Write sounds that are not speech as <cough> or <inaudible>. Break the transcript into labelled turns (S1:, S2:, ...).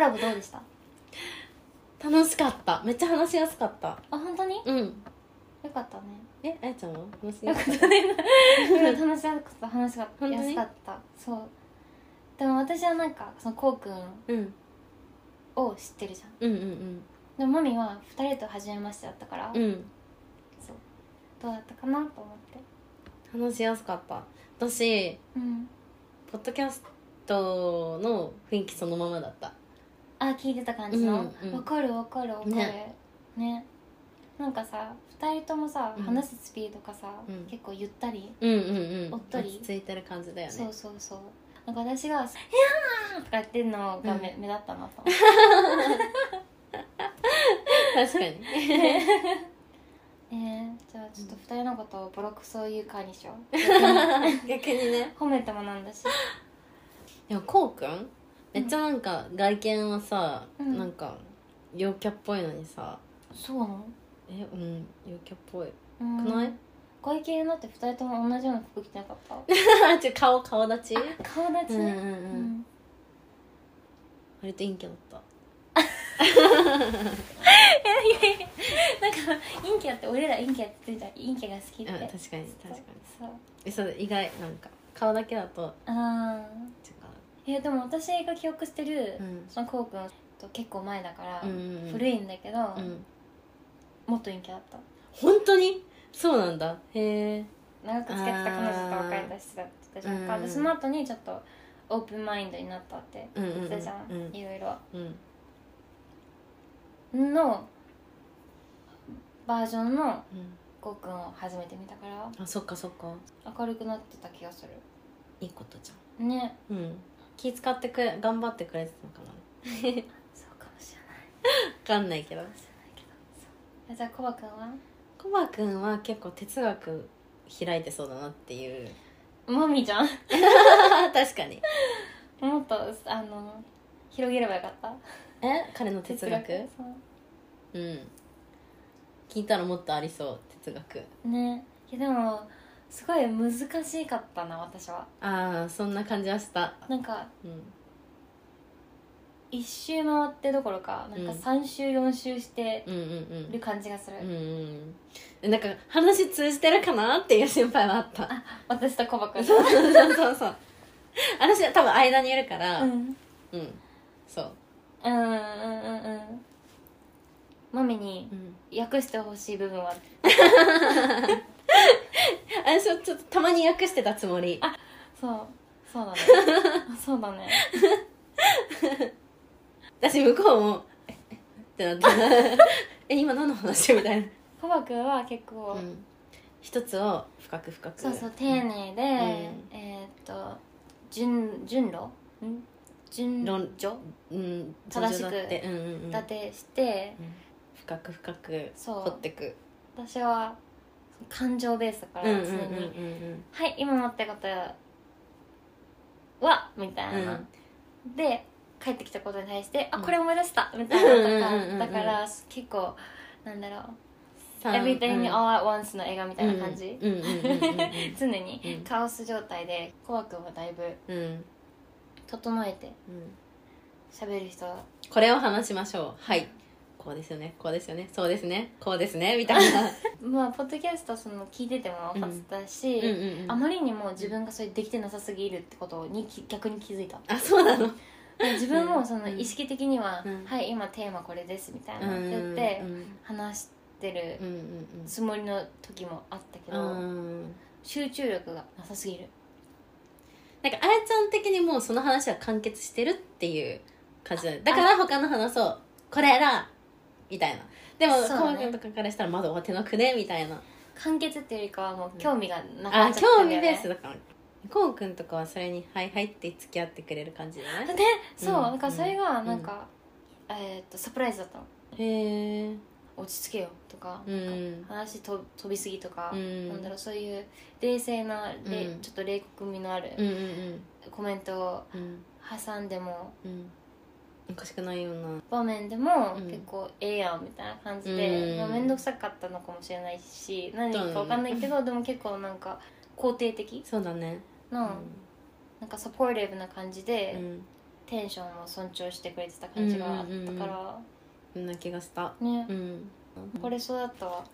S1: ラボどうでした
S2: 楽しかっためっちゃ話しやすかった
S1: あ本当によ
S2: うん
S1: かったね
S2: えあやちゃんは楽し
S1: よ
S2: や
S1: か
S2: す
S1: っ
S2: かった
S1: ねうん話しやすかった話しや
S2: 本当に
S1: すかったそうでも私はなんかそのこうくん
S2: たうん
S1: を知ってるじゃん
S2: うんうん
S1: でもマミは2人と初めましてだったから、
S2: うんうん
S1: そうどうだったかなと思って
S2: 話しやすかった私
S1: うん
S2: ポッドキャストの雰囲気そのままだった
S1: あ聞いてた感じのわ
S2: う、んうん
S1: かるわかるわかるね
S2: ね
S1: なんかさ2人ともさ、
S2: うん
S1: 話すスピードがさ、
S2: うん
S1: 結構ゆったり、
S2: うんうんうん
S1: おっとり
S2: 落ち着いてる感じだよね
S1: そうそうそうなんか私が「いやー!」とか言ってるのがめ、目立ったなと思って
S2: 確かに
S1: えー、じゃあちょっと2人のことをボロクソ言う会にしよ
S2: <laughs>
S1: う
S2: 逆にね
S1: 褒めてもなんだし
S2: でもこうくんめっちゃなんか外見はさ、
S1: うん
S2: なんか陽キャっぽいのにさ
S1: そうなの
S2: えうん陽キャっぽい
S1: うん
S2: くない
S1: 外見だって2人とも同じような服着てなかった
S2: <laughs> ちょ顔顔立ち
S1: 顔立ち
S2: うんうん
S1: ね、
S2: う、
S1: うん
S2: 割と陰キャだった
S1: なんか陰キャって俺ら陰キャって言ってた陰キャが好きって、
S2: うん確かに確かに
S1: そう
S2: えそう意外なんか顔だけだと
S1: あ
S2: ちょっ
S1: ーいやでも私が記憶してる、
S2: とうん
S1: そのこうくんと結構前だから、
S2: うんうん
S1: 古いんだけど、
S2: うん
S1: もっと陰キャだった
S2: 本当にそうなんだへえ
S1: 長く付き合ってた彼女と別れたしだったじゃんか、
S2: うん
S1: でその後にちょっとオープンマインドになったって
S2: うんうん
S1: 言
S2: う
S1: っ
S2: ん
S1: てたじゃん、
S2: うん
S1: いろいろ
S2: うん
S1: のバージョンの
S2: うん
S1: こうくんを初めて見たから
S2: あそっかそっか
S1: 明るくなってた気がす
S2: いいことじゃ
S1: るね
S2: んうん気使ってくれ頑張ってくれてたのかな
S1: そうかもしれない
S2: 分かんないけど
S1: けどそうじゃあコバくんは
S2: コバくんは結構哲学開いてそうだなっていう
S1: マミじゃん
S2: <laughs> 確かに
S1: もっとあの広げればよかった
S2: え彼の哲学うん聞いたらもっとありそう哲学
S1: そうねいやでもすごい難しかったな私は
S2: ああそんな感じはした
S1: なんか
S2: うん
S1: 一周回ってどころかなんか
S2: うん
S1: 3周4周して
S2: うんうん
S1: る感じがする、
S2: うんうんうんうんなんか話通じてるかなっていう心配はあった
S1: 私とコバくん
S2: そうそうそうそうそう私は多分間にいるから
S1: う
S2: うんん、
S1: うん
S2: そう
S1: うんうんうんマミに
S2: うん
S1: 訳してほしい部分は
S2: 私はちょっとたまに訳してたつもり
S1: そうそう <laughs> だねそうだね
S2: 私向こうもええってなって
S1: <laughs>
S2: え今何の話みたいな
S1: コバくんは結構、
S2: うん一つを深く深く
S1: そうそう丁寧で、えーっと順順路ん順
S2: 論
S1: 序
S2: うん
S1: 正しく
S2: 順序だってうんうんうん
S1: 立てして、
S2: うん深く深く
S1: そう
S2: 掘ってく
S1: 私は感情ベースだから
S2: うん
S1: 常
S2: うん
S1: に、
S2: うんうん
S1: はい今持ってことはみたいな、で帰ってきたことに対して、
S2: う
S1: あ
S2: ん
S1: これ思い出したみたいな
S2: うん
S1: と
S2: うんうんうんう
S1: か
S2: ん
S1: だから結構なんだろう「
S2: さん
S1: Everything All at Once」の映画みたいな感じ、
S2: うんうんうんうんうんうん
S1: 常に
S2: うん
S1: カオス状態でコバくんはだいぶ
S2: うん
S1: 整えて
S2: うん
S1: 喋る人だ
S2: これを話しましょうはいこうですよねこうですよねそうですねこうですねみたい
S1: <laughs>
S2: な
S1: まあポッドキャストその聞いてても分かってたし、
S2: うんうんうん
S1: あまりにも自分がそれできてなさすぎるってことにき逆に気づいた
S2: あそうなの
S1: で自分もそうの
S2: ん
S1: 意識的には「
S2: うん
S1: はい今テーマこれです」みたいな
S2: う
S1: って言
S2: ん
S1: って
S2: うん
S1: 話して
S2: う
S1: る
S2: んうんうん
S1: つもりの時もあったけ
S2: う
S1: ど
S2: ん
S1: 集中力がなさすぎる
S2: なんかあやちゃん的にもうその話は完結してるっていう感じだねだから他の話そうこれだみたいなでも
S1: そう
S2: こ
S1: だ
S2: う
S1: ね
S2: いうとかからしたらまだ終わってなくねみたいな
S1: 完結っていうよりかはもう興味がなくな
S2: あ
S1: っちゃって
S2: 興
S1: るんだ
S2: 味
S1: よ
S2: ベ
S1: ね
S2: ースだからこうくんとかはそれに「はいはい」って付き合ってくれる感じだね
S1: でそう、
S2: うん
S1: だからそれがなんか、えーっとサプライズだったの
S2: へえ
S1: 落ち着けよとか,、
S2: うん
S1: 話と飛びすぎとか、
S2: うん
S1: なんだろうそういう冷静な、れ
S2: うん
S1: ちょっと冷酷味のある
S2: うんうん
S1: コメントを
S2: うんうん
S1: 挟んでも
S2: うんおかしくないような
S1: 場面でも
S2: うん
S1: 結構ええやんみたいな感じ
S2: う
S1: で、
S2: ん
S1: まあ、面倒くさかったのかもしれないし何か分かんないけど、でも結構なんか肯定的
S2: そうだね
S1: な,、なんかサポーティブな感じで、
S2: うん
S1: 丁テンションも尊重してくれてた感じがあったから、
S2: そんな気がした
S1: ね
S2: うん
S1: これそうだったわ